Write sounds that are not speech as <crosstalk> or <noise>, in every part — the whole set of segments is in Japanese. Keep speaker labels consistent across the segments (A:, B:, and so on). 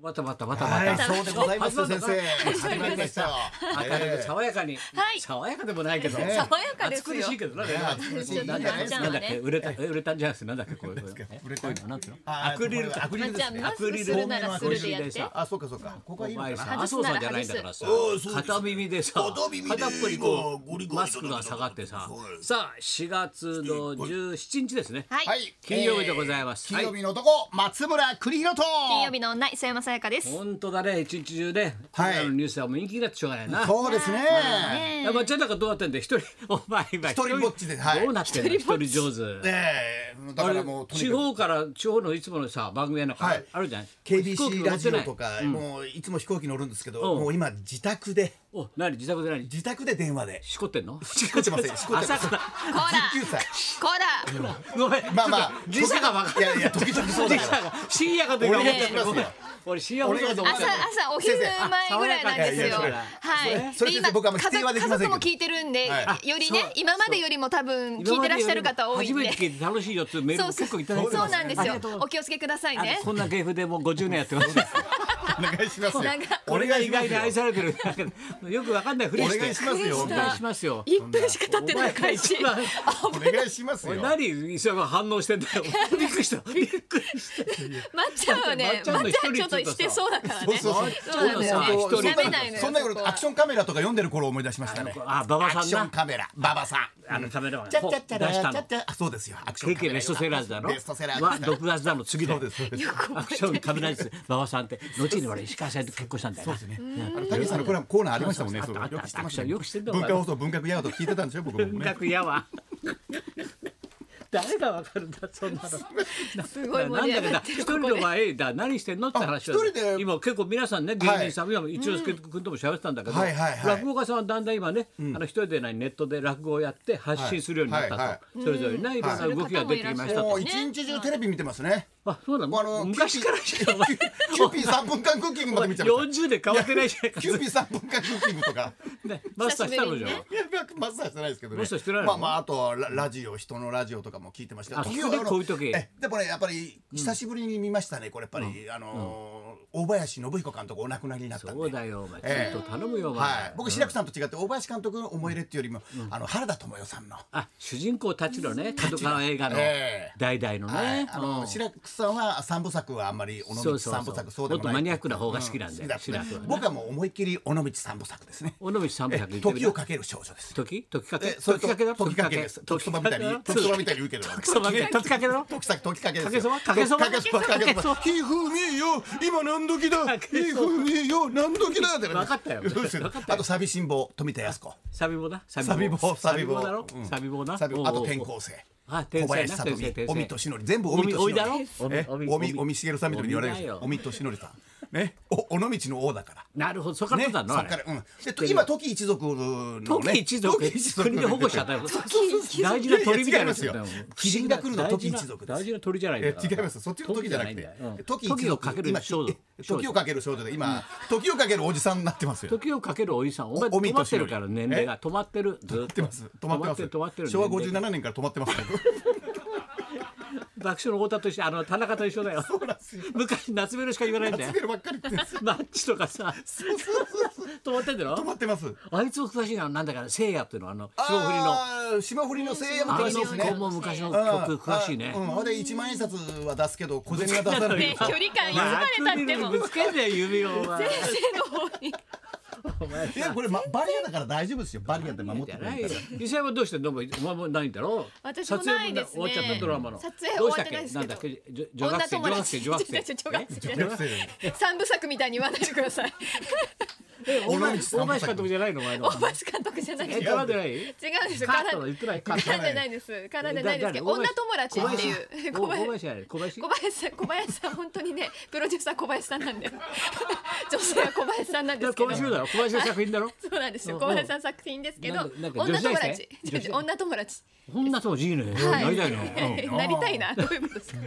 A: またまたまたま
B: はい、
A: た。
B: そうでございます
A: そう
B: 先生。始まりましたよ。
A: 明るく爽やかに、
C: はい
A: 爽やかでもないけど、
B: ね
C: 爽やかですよ
A: 暑苦しいけどな、
B: ね暑苦しい
A: なんだっ
B: 暑
A: け、
B: い
A: なんだっけ、ウレタン、ウレタンじゃなくて、なんだっけ、こういうの、え
B: ウレ
A: こ
B: タ
A: う
B: ン
A: いうの、なんつうの、
B: あー
A: アクリル、
B: アクリルですね
C: まあじゃあマスクするならするでや
A: 透明のアクリル
C: っ
A: で
C: て
A: さ。
B: あ、そうかそうか。ここ
A: お
B: はいいのか
A: 前さ、
B: な。
C: 外
A: 麻生さ
C: すなら
A: んじゃないんだからさ
D: 外すおーそう、です
A: 片耳でさ、
D: 片耳で
A: 片っぽにこ
D: 今ゴリ
A: う、
D: ゴリ
A: マスクが下がってさ
D: そうで、す
A: さあ、4月の17日ですね。
C: はい、
B: はい。
A: 金曜日でございます
B: えー金曜日の男、松村栗弘と。
C: 金曜日の女磯山さやかです。
A: 本当だね、一日中ね、
B: はい
A: 今のニュースはもう人気になってしょうがないな。
B: そうですね。
C: ねえ
A: え、まあ、じゃあなんかどうなってんだよ、一人、 <laughs> お前今、
B: 一人ぼっちではい
A: どうなってんの、一人上手。
B: ええ、だからもうとに
A: 地
B: かく。
A: 方から、地方のいつものさ、番組やなん
B: は
A: か
B: い
A: あるじゃん。飛行機
B: KBC
A: 乗
B: ラ
A: って
B: ジ
A: な
B: オ
A: い
B: とか、もういつも飛行機乗るんですけど、
A: うん
B: もう今自宅で
A: お、何、自宅で何、
B: 自宅で電話で。
A: しこってんの。
B: しこってません。しこってません。
A: 朝から。
C: こら、
B: 19歳。
C: こら、
A: ごめん。
B: まあまあ
A: 時差が分かんない。
B: いやいや時々そうだ
A: 時
B: よ
A: 差が深夜かというか
B: 俺
A: 思
B: が
A: った
B: やってますよ
A: ごめん俺深夜放送だと思っ
C: 朝
A: たよ
C: 朝お昼前ぐらいなんですよ。
B: あ
C: は
B: 爽
C: い
B: やか
C: はい。
B: ねそれ
C: で
B: 先生僕はあんま
C: 家
B: 否定はで
C: 族
B: き
C: 家
B: ませんけ
C: 族
B: ど
C: も聞いてるんで、
B: は
C: より
A: そう
C: ね今までよりも多分聞いてらっしゃる方多いん
A: 今ま
C: で
A: よりも。初めて聞いて楽しいよっていうメール
C: そ
A: も
C: うそう
A: 結構いただいて
C: そ
A: ま
C: う
A: す
C: なんです
A: あり
C: よ
A: がとう。
C: お気をつけください
A: あ
C: ね。
A: こんな芸風でもう50年やってます
B: お願いしますよ
C: なんか。
B: お
A: これが
B: 願い
A: 意外
B: します
A: に
B: よ。
A: 愛されてるよくわかんないふり
B: お
A: して
B: 願いしますよ。
A: お願いしますよ
C: 一分しか経ってない感じ。
A: お前が一
B: お願いしますよ。
A: 何磯山反応してんだよびっくりしたびっくりした
C: まっちゃんはね、
A: ま
C: ま
A: っ
C: っ
A: ち
C: ち
A: ゃ
C: ゃ
A: んの一人
C: んちょっとしてそうだからね。
B: そうそう
C: そうなんですよね。
A: そうそう
C: 舐めないのよ。
B: そんな
C: ここ
B: 頃
C: は
B: アクションカメラとか読んでる頃を思い出しましたね。
A: あ馬場さんな
B: アクションカメラ、馬場さん。
A: あのカメラマン
B: ちゃっちゃっちゃら
A: 出した
B: ちゃ
A: の
B: っちゃあそうですよ。アクションカ
A: KK
B: メラ。
A: ベストセラーズだろ
B: ベストセラーズ
A: は6月だの次だ
B: そ
A: よ
B: うです。そうです
A: アクションカメラです馬場さんって後に俺石川さんと結婚したんだよそうですね
B: あのたけしさんのコラムコーナーありましたもんね。
A: そうそう
B: そうよく知ってましたね。
A: よく知ってんだお
B: 文
A: 前
B: 化放送文学やと聞いてたんでしょ僕も
A: 文
B: ね。
A: 学やわ誰がわかるんだそんなの
C: すごい
A: なん
C: 盛り
A: だ
C: 上
A: け
C: が
A: ど
C: って
A: 一
C: る。
A: 人の場合だ何してんのって話を
B: あ一人で
A: 今結構皆さんね芸人さん今一之輔君とも喋ってたんだけど
B: はいはいはい
A: 落語家さんはだんだん今ねあの一人でないネットで落語をやって発信するようになっ
B: はいは
A: た
B: い
A: とそれぞれねいろんな動きが出てきました
B: も
A: と
B: う一日中テレビ見てますね。
A: あそうな
B: あ
A: の
B: の
A: 昔からしかお前
B: キューピー三分間クッキングまで見ちゃいまし
A: 40で変わってないじゃないか
B: た。キューピー三分間クッキングとか。
A: ねマスターしたのじゃん
C: 久しぶりにね
B: いやマスターしてないですけどね
A: マスターしてないの
B: まあまああとはララジオ人のラジオとかも聞いてました
A: あ
B: 時
A: 聞くね
B: あの
A: こういう時
B: えでもねやっぱり久しぶりに見ましたねこれやっぱり、あのー大林信彦監督お亡くなりになったんで
A: そうだよお前
B: ええ
A: ちょっと頼むよお
B: は
A: 前
B: い、僕志らくさんと違って大林監督の思い入れっていうよりも、あの原田知世さんの,、
A: あ主人公たちのね角川映画の
B: ええ
A: 代々の
B: はい
A: ね
B: あの志らくさんは三部作はあんまり尾
A: そう
B: 道
A: そう
B: 三
A: そう
B: 部作そ
A: も
B: うで
A: っ
B: も
A: と
B: ない
A: マニアックな方が好きなん
B: 好
A: だ
B: き
A: よ
B: だ
A: 志ら
B: ったね
A: くはね
B: 僕はもう思いっきり尾道三部作ですね
A: 尾道三部作言ってみ
B: 時
A: な
B: をかける少女です
A: 時時かけ
B: えそれと時かけです時
A: 時
B: そ
A: か
B: ば
A: け
B: みたいに
A: 時
B: 時
A: そ
B: そ
A: ば
B: ば
A: み
B: み
A: た
B: た
A: い
B: いに言うけど
A: に時かけだろ
B: 時々時かけですよ
A: かけそば
B: と
A: かけそば
B: かけそばかけそばひふみよ今何時だ
A: か
B: ひ
A: けそば
B: ふみよ何時だって
A: 分かったよ
B: そうです
A: 分
B: よ
A: かったよ
B: あと寂しん坊富田靖子
A: サビボなサ
B: サビ坊
A: サビボだろ
B: うん
A: サビボな
B: サビ
A: おうおう
B: あと転校生
A: あ転生
B: 小
A: な
B: 林
A: 転
B: 聡
A: 生
B: 美
A: 転生
B: 尾身俊則全部尾身
A: おい
B: 俊
A: だろ
B: 則え
A: おみ
B: 尾
A: おみ
B: 身尾身茂さんみたいに言われるでしょ
A: お
B: 尾
A: みだよ
B: 身俊則さんねお尾道の王だから
A: なるほどそこから
B: ね
A: 取ったの
B: そっ
A: あれ
B: からうんでと今時一族のね
A: 時一族
B: 時
A: 国で保護しちゃったよ大事な鳥みたいなやつだ
B: いやいや違いますよキリンが来るの時一族です
A: 大事な鳥じゃないんだ
B: え
A: から
B: 違いますそっちの時じゃなく
A: 時
B: て
A: じゃないんだようん
B: 時
A: 時
B: 一族
A: をかける
B: 今
A: 少女
B: え時をかける少女で今時をかけるおじさんになってますよ
A: 時をかけるおじさんお前
B: おみ
A: 止ま
B: と
A: っ
B: し
A: て
B: の
A: る
B: り
A: から年齢が止まってるずっ
B: 止
A: と
B: まってます止まってます
A: 止まってる
B: 昭和
A: 年齢
B: 57年から止まってます
A: <laughs>
B: ね
A: 爆笑の太田と一緒あの田中と一緒だよ
B: うなんですよ
A: <laughs> 昔夏メロしか言わないんだよ
B: 集めるばっかり言ってんですよ
A: <laughs> マッチとかさ
B: そうそうそうそ
A: 止
B: う
A: まってんだ
B: 止ま
A: ろ
B: ってます
A: あいつも詳しいななんだから聖夜っていうのあの <laughs>
B: 霜
A: 霜降りの
B: の霜降りの聖夜も
A: あ
B: で
A: の
B: すね
A: 子も昔の曲詳しいね
B: うんうんあれ一万円札は出すけど小銭は出さない
C: ね距離感いつまでたっても <laughs>
A: ぶつけんだよ指をお前
B: いやこれ、ま、バリアだから大丈夫ですよバリアで守っ
A: じ
B: て
A: ゃ
B: くれ
A: な
B: る
A: い
B: か
A: よ
B: ら。
A: 実際はどうしてどうもお前もないんだろう
C: 私もないです
A: 撮影も終
C: ね
A: わっちゃったドラマの
C: 撮影終わってないですけ
A: どうしたっけな
C: ど
A: んだっけじょ女学生女学生女学生
C: <laughs> 女学生
B: 女学生
C: 三部作みたいに言わないでください。
A: え大林
B: 女
A: 大林
B: の子
A: 監督じゃないのお前の
C: 大橋監督じゃない
A: え
C: です。
A: 絡んでない
C: 違うんですよ。
A: カット
C: 絡
A: の
C: ん
A: 言ってないカット
C: 絡んでないです。絡んでないですけど、
A: 誰
C: 女友達っていう
A: 小
C: 小
A: 林小
C: 林
A: 林じゃない小林
C: 小林さん小林さん本当にねプロデューサー小林さんなんで <laughs> 女性は小林さんなんですけ
A: 小
C: ど。
A: 林だろ小林の作品だろ
C: そうなんです
A: う
C: よ。
A: んうん
C: 小林さん作品ですけど、
A: なんかなんか女
C: 女
A: 子大
C: 友
A: 生
C: 達
A: 女子、
C: 女友達、
A: こんなとこいいね
C: はい
A: やりた
C: <laughs>
A: いね
C: なりたいな、どういうこと
A: <laughs>
C: ですか。も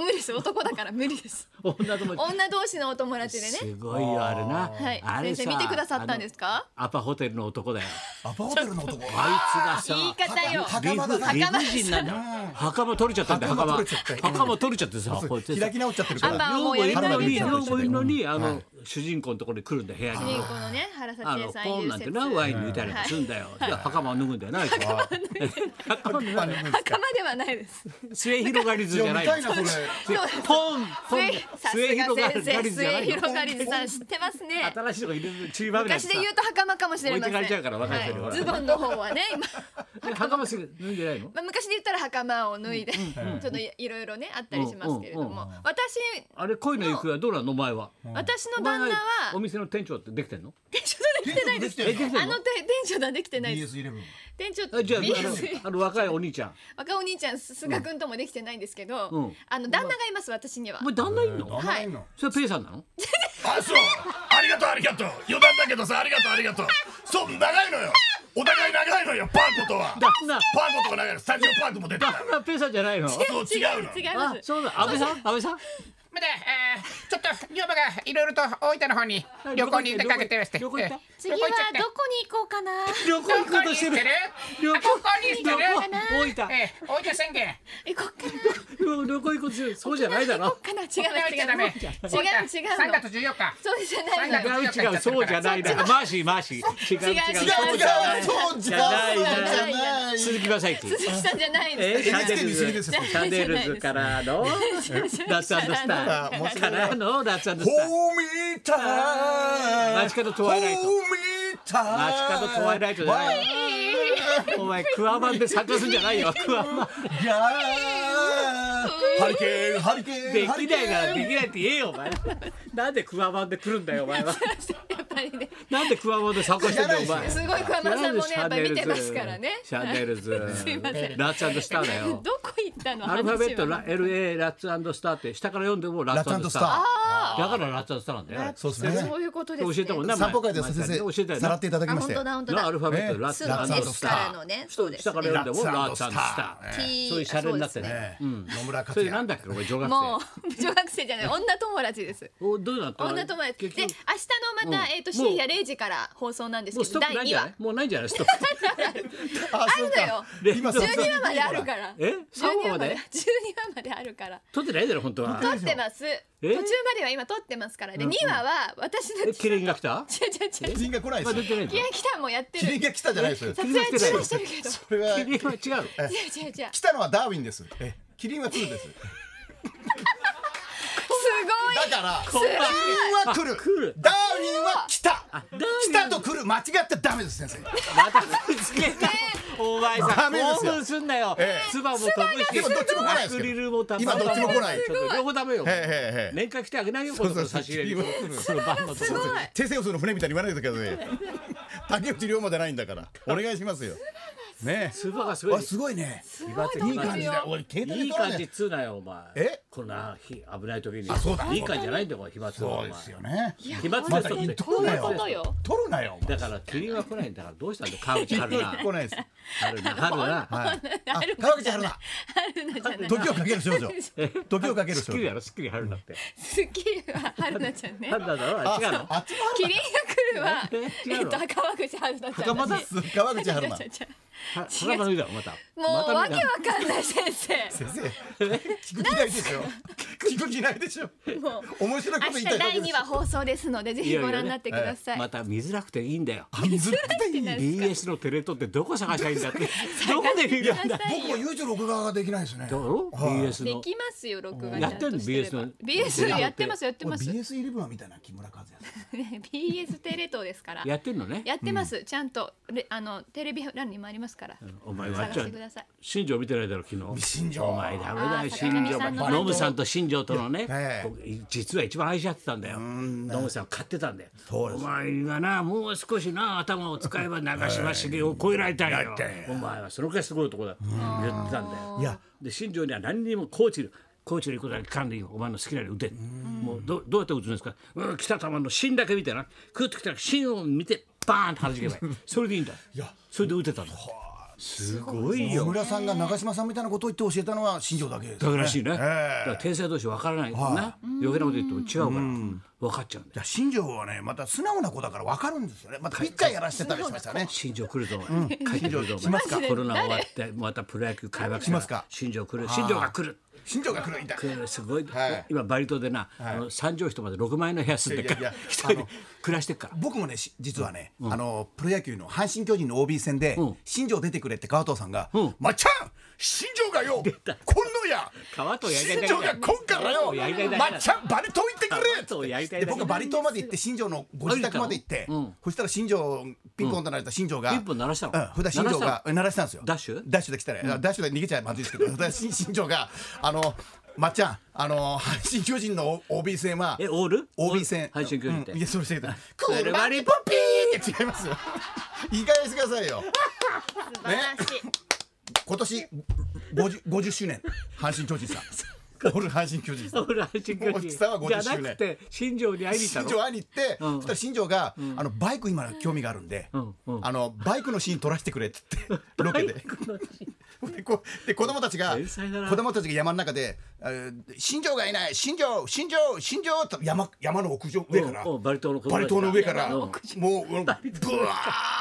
C: う無理です、男だから無理です。
A: 女友達
C: 女同士のお友達でね。
A: すごいよあれな、
C: はい
A: ああれ
C: 先
A: さ
C: 生見てくださったんですか
A: アパホテルの男だよ
B: アパホテルの男
A: あいつがさ
C: 言い方よ
B: は
A: 理
B: 袴だ
A: 不
B: な
A: 理不尽なんだよ袴取れちゃったんだよ
B: 袴
A: 袴
B: 取れちゃったよ
A: 袴取れちゃってさこうやってさ
B: 開き直っちゃってるか
C: アンバ
B: ら
C: ー
A: 女房いるのに
B: あん
A: 女
B: まり
A: 房いるのにあ
B: は
A: の
B: い
A: 主人公のところに来るんだ部屋に
C: 主人公のね原
A: あ
C: 幸恵
A: の
C: さ
A: ポ
C: ん
A: ン
C: 優
A: なんて
C: 説
A: なワイン抜いたりもするんだよで袴を脱ぐんだよなあいつは袴脱ぐんだよ
C: 袴ではないです
A: 末広がり図じ
B: い
A: ゃ
B: や
A: な
B: 見
A: い
B: たい
A: の
B: なそれ
A: ポンポン
C: さ
A: 末
C: すが
A: 広が
C: 先生
A: り図じゃない
C: 末
A: の
C: 広がりさん知ってますね
A: 新しいのがいるちりばめられて
C: 昔で
A: さ
C: 言うと袴かもしれませ
A: 置いて
C: ん
A: かれちゃうから分かってる
C: は
A: ほ
C: い
A: ら
C: ズボンの方はね今
A: え袴すぐ脱いでないの
C: まあ、昔で言ったら袴を脱いで、ちょっといいろいろねあったりしますけれども、
A: うんうんうん
C: 私
A: あれ恋の行方はどうなのお前は
C: 私
A: お
C: の
A: 前は
C: 旦那
A: お
C: は
A: 店の店長ってできてんの
C: 店長だできてないです
B: 店長できてん
A: の
C: あの店店長だできてないです
B: BS11
C: 店長
A: あじゃあ
C: BS
A: あのあの若いお兄ちゃん
C: 若お兄ちゃん菅君ともできてないんですけど、
A: うん
C: あの旦那がいます私には
A: お前旦那いんの
B: あんまりいんの
A: それペイさんなの
B: あそうありがとうありがとう余談だけどさありがとうありがとうそう長いのよお互い長いのよパーコとは
A: 旦那
B: パーコとか長いのスタジオパークも出てた
A: 旦那ペイさんじゃないの
B: そう違うの
C: 違いま
A: あ
C: す
A: そうだ安倍さん安倍さん
D: まだ、えー、ちょっと女房がいろいろと大分の方に旅行に出かけてまして
A: 旅行行った
D: えー
E: 次は
D: 旅行行っちゃって
E: どこに行こうかな。
A: 旅行行こうとしてる
D: ど
A: 旅
D: こ
A: 行
D: に行ってる
A: 旅
D: あここに行
A: 行大
D: ってる
A: 分
D: えー、大分宣言
C: 行こっかな
A: 旅行行こうとしてるそうじゃないだろ
C: 行こっかな違う
D: 沖縄行っち
C: 違
D: ゃダ
C: う違う
D: メ
C: 違う
D: 3
C: の
D: 月14日
C: そうですよね
A: 違
D: 三角
A: う違うそうじゃないだろマーシーマーシー違う違う
C: 違う
A: そう
C: 違う
A: じゃない
B: そうじゃ
A: ないじゃない
B: ない
A: 鈴木雅之
C: 鈴木さんじゃない
A: えー
C: です
A: シ
C: よ
A: ャネル
C: ね
B: NHK 見過ぎで
A: ズ
B: す
A: シ
B: よ
A: ャネルズからのダッツアンドスタ
B: あ
A: ー
B: 申し訳
A: か
B: ない
A: らのダッツアンドスター
B: ホーミータイム
A: 街角トワイライト
B: ホーミータイム
A: 街角トワイライトじゃないよお前クワマンで参加するんじゃない
C: <laughs>
A: よクワマン
B: ギャーハリケーンハリケーン
A: で
B: ハリ
A: き
B: ケ
A: ない
B: ーン
A: ならできないって言えよお前なんでクワマンで来るんだよお
C: <laughs>
A: 前は
C: やっぱりね
A: なんでクワマンで参加してんだよお前
C: すごい桑村さんもねやっぱり見てますからね
A: シャネルズ
C: すいません
A: ラッツアンドスターだよ
C: <laughs> どこ行ったの
A: アルファベット
C: 話は
A: ラ LA ラッツアンドスターって下から読んでもラッツアンドスター
B: ラッツ
A: だからラッツアンドスターなんだよ
B: そうですね
C: そういうことですね
A: 教えたもんな
B: 散歩会では先
A: 前教えた
B: 生
A: よ
B: さら
A: な
B: っていただき
C: あ
B: まし
C: 本
B: て
C: 当だ本当
A: なア
C: だ
A: ルファベット
B: ね
A: ラッ
C: ス
A: ツアン
C: ー
A: ド
C: ツ
A: ス
C: スか
A: タ
C: ら
A: ー
C: のね
A: そ
C: そううです
A: 下から読
C: ね
A: んでもラッツアンドスター
C: T
A: そういうシャレになってね
C: そうで
B: ね野村
A: そ
B: 克
A: れなん
B: 也
A: だっけお前女
C: す
A: 学
C: も
A: 生
C: う女学生じゃない女友達です
A: おどうなった
C: 女友達
A: 結
C: で明
A: 局
C: 日のま
A: うん
C: たえっと深夜0時から放送なんです
A: もう
C: け
A: スト
C: ど
A: ップな
C: 第
A: いんじ
C: 2
A: ゃな
C: 話
A: いもうないんじゃないストップ
B: あ
C: あるのよ
B: そうか今そう
C: 12話まであるから
A: え
C: 12
A: 三話
C: 話
A: ま
C: まで
A: で
C: 12話まであるから
A: 撮ってないだろ本当は
C: 撮ってます途
A: え
C: 中までは今撮ってますからで2話は私の
A: えキリンが来た
C: 違う違う違う
B: キリンが来ないで
A: ま
B: す
A: だ
B: よ
A: 出てないの
C: キ
A: キ
C: ヤキタもやって
B: キリン
C: る
B: が来たじゃないですよ
C: 撮
A: リンが来
C: 影
A: てない
C: 中はしてるけど
B: これは
A: リンは違うの
C: 違う違う違う
B: 来たのはダーウィンですえキリンは来るんです
C: すごい
B: だからキリンは来る
A: 来る
B: ダーウィンは来た
A: ーウィン
B: 来たと来る間違ってダメです先生
A: またぶつけたお前さ
B: ダメです
A: 興
B: よ
A: 奮すんなよ
B: ええ
A: 唾も飛ぶし
B: 唾がすごいでもどっちも来ない
A: ア
B: ですけど
A: クリルもた
B: 今どっちも来ない
A: ちょっと両方ダメよ
B: へえへえへえ
A: 年間来てあげないよこの差し入れにそのバンのところで
B: テセウスの船みたいに言わないでくださいよ竹内涼真じゃないんだからお願いしますよね
A: 唾がす
B: え
A: ご
B: あ
A: い
B: すごいね
A: い
B: いい感じだおい携帯
A: い
B: で
A: い
B: 撮ら
A: 感
B: ない
A: じっつうなよお前
B: え
A: こんな日危ない時に
B: あそうだ
A: いい感じじゃないんだよこれ飛沫はお
B: そう
A: 前
B: ですよね
A: 飛沫
B: ま
A: テス
B: た
A: トって
B: 撮るなよ
C: そういうことよ
B: 撮るなよお前
A: だから君は来ないんだからどうしたんだよ川口春奈
B: 来ないです
C: <laughs>
A: 春奈春奈
B: はい
C: ある
B: 川口春奈
C: 奈じゃない
B: 時をかける
C: <laughs>
B: 少女時をかける
A: すっ
B: 少
A: きり
B: 女
A: やろすっきり春奈って
C: スッキリは春菜ちゃんね
A: 春奈だろあ違うの
B: あっちも
C: キリンが来るは
A: え違
C: え
A: う
C: っ
A: の
C: と川口春菜ちゃんだし
B: あるの川口
C: 春
B: 春
C: <laughs>
B: 奈
C: 菜ちゃんちゃん
A: は花丸だろまた
C: もうわ
A: ま
C: け
A: た
C: わ
A: 見た
C: かんない
A: <laughs>
C: 先生
B: 先生聞く気ないでしょ聞く気ないでしょ
C: もう
B: 面白いこと
C: 明
B: 言い
C: 日
B: たいだ
C: 第
B: けで
C: 2
B: し
C: 話放送ですのでぜ
A: い
C: ひ
A: よいよ
C: ご
A: ね
C: 覧になってください
A: また見づらくていいんだよ
B: ょ水っていい
A: BS のテレ東ってどこ探したいんだって
C: <laughs>
A: どこで見るんだだ
B: 僕は唯一録画ができないですね
A: ろ BS
C: で
A: の
C: きますよ録画
A: やってんの BS の
C: BS やってますやってます <laughs>
B: BS11 話みたいな木村和也さん
C: BS テレ東ですから
A: やってんのね
C: やってますちゃんとレあのテレビ欄にもありますから
A: お前は
C: 探
A: じ
C: し
A: ゃあ
C: てください
A: 新庄見てないだろ昨日
B: 新庄
A: お前ダメだ
C: あ
A: よ
C: ー
A: 新
C: 坂上さんの
A: 庄
C: 番号
A: ノブさんと新庄とのね
B: ええ
A: 僕実は一番愛し合ってたんだよノブさんを買ってたんだよ
B: そうです
A: お前がなもう少しな頭を使えば長嶋茂雄を超えられたいよ
B: だって
A: お前はそのくらいすごい男だって言ってたんだよ
B: いや
A: で新庄には何にもコーチコーチの言うことは聞かんでいいよお前の好きなように打てもうどどうやって打つんですか、うん、来た球の芯だけ見てな食ってきたら芯を見てバーンと弾けばいいそれでいいんだ
B: や
A: それで打てたんだすごい
B: 小
A: よ
B: 倉さんが長嶋さんみたいなことを言って教えたのは新庄だけです
A: だ
B: ね
A: からしいね、だ
F: え
A: から天才同士わからないからな余計なこと言っても違うから分かっちゃうんだよ
B: じゃあ新庄はねまた素直な子だから分かるんですよねまたピッチャーやらしてたりしましたね
A: 新庄来るぞ、帰ってくるぞ
B: 新庄来ますか
A: コロナ終わってまたプロ野球開幕
B: 来ますか
A: 新庄来る新庄が来る
B: 新庄が来るみたい
A: 来るすごい、
B: はい
A: 今バリ島でな、あの三畳一まで6万円の部屋住んでるか
B: いや
A: ら
B: いやいや
A: <laughs> 一人で暮らしてっから
B: 僕もねし実はね、あのプロ野球の阪神・巨人の OB 戦で、
A: うん
B: 新庄出てくれって川藤さんが、
A: うん
F: まっちゃん新庄がよ今度や
A: 川とやりたいだ
F: 新
A: け
F: 庄が今からよ
A: やりたいだけだ
F: まっちゃんバリ島行ってくれ
A: 川とやりたい
B: で
A: だけ
B: 僕はバリ島まで行って新庄のご自宅まで行っ
A: 歩い
B: て、
A: たのうん
B: そしたら新庄ピンポンと鳴られた新庄が、
A: ピンポン鳴らしたの
B: うん、そしたら新庄が鳴らしたんですよ
A: ダッシュ
B: ダッシュで来たら、ダッシュで逃げちゃまずいですけどそしたら新新庄があのまっちゃんあの阪神・巨人の OB 戦は
A: えオール
B: OB 戦
A: 阪神巨人って、
B: うんいやそうでしたけど
A: クールバリポピ
B: いや違い <laughs> ますよ言い返してくださいよ
C: 素晴らしい、
B: 今年50 50周年阪神・巨 <laughs> 人さんオール阪神・巨人さ
A: ー
B: ん
A: オール阪神巨
B: 大きさは
A: 人
B: 50
A: じゃなくて新庄に会いに行った
B: 新
A: の
B: 庄会いに行って、
A: うん
B: そしたら新庄が、あのバイク今興味があるんで、
A: うんうん
B: あのバイクのシーン撮らせてくれって言っ
A: <laughs>
B: てロケで。でこで子供たちが
A: 天才だな
B: 子供たちが山の中で「えー新庄がいない新庄新庄新庄」と山山の屋上上から
A: うんうんバリ島の子供
B: バ
A: たちが
B: リ島の上から
A: うん
B: もううんブワ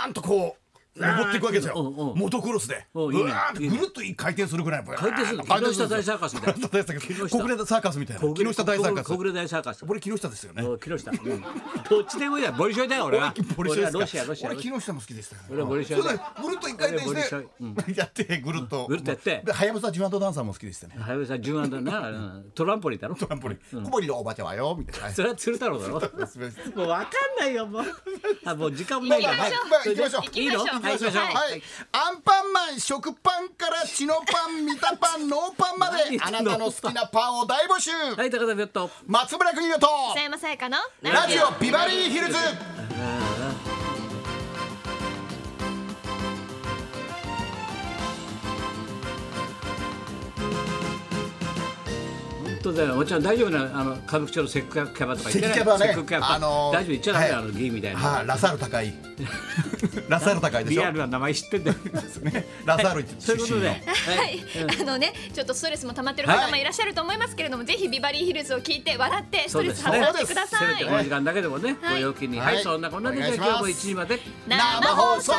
B: ーンとこう登っていくわけですよ
A: うんうんうん
B: モトクロスでブ
A: う
B: ワ
A: んいいね
B: ーンとぐるっと回転するぐらいブワー
A: 回
B: ン
A: 転するの
B: 回転
A: 木下大サーカスみたいな
B: 木下大サーカス
A: 木下
B: 国連サーカスみたいな木下大サーカス
A: 小暮大サーカス
B: これ木下ですよね
A: お木下、うん、どっちでもいいやボリショイだよ
B: <laughs>
A: 俺は
B: ボリショイです
A: 俺
B: か
A: はロシアロシア
B: 俺
A: ロシア
B: 木下も好きでしたよ
A: 俺はボリショイ
B: そうだよぐるっと一回転
A: 俺はボリシ
B: し
A: ョイ
B: て <laughs> やってぐるっと
A: ぐるっとやって
B: ではやぶさ自慢とダンサーも好きでしたね
A: 早部さん順番だなうんトランポリンだろ
B: トランポリン小堀のおばちゃんはよみたいな
A: それは鶴太郎だろもう分かんないよもうあもう時間もない
B: ま
A: から
B: あまあ
A: はい
B: まあ行きましょう
A: いいの
C: 行きましょ
A: はい行きましょう
C: うはい
B: はい、アンパンマン食パンから血のパン三田パンノーパンまであなたの好きなパンを大募集
A: はい高田ベッド
B: 松村邦洋と
C: 佐山さやかの
B: ラジオビバリーヒルズ
A: 本当だよおちゃん大丈夫なあの歌舞伎町のセックキャバとか言ってない
B: セックキャバね
A: セックキャバ
B: あの
A: 大
B: ー
A: 丈夫言っちゃダメだよ
B: は
A: あ
B: い
A: のギーみたいな
B: はい、ラサー
A: <laughs>
B: ル高いラサール高いでし
A: リ
B: ょ
A: アルな名前知ってんだよ
B: ラサール
A: そ
B: 出
A: ういうこと
B: 身
A: で
B: の
A: はい
C: <laughs> あのね、ちょっとストレスも溜まってる方も
B: はい
C: いらっしゃると思いますけれども、ぜひビバリーヒルズを聞いて笑ってス
A: そ
C: ト
A: う
C: レ
A: で
C: ス
A: す
C: 発
A: ね
C: 散してくだ
A: せ
C: さ
A: め
C: い
A: てこの時間だけでもねご
C: はい
A: 用金に
B: は
A: はいいそんなこんなでじゃあ
B: お願いし
A: 今日も
B: ます
A: 1時まで
B: 生放送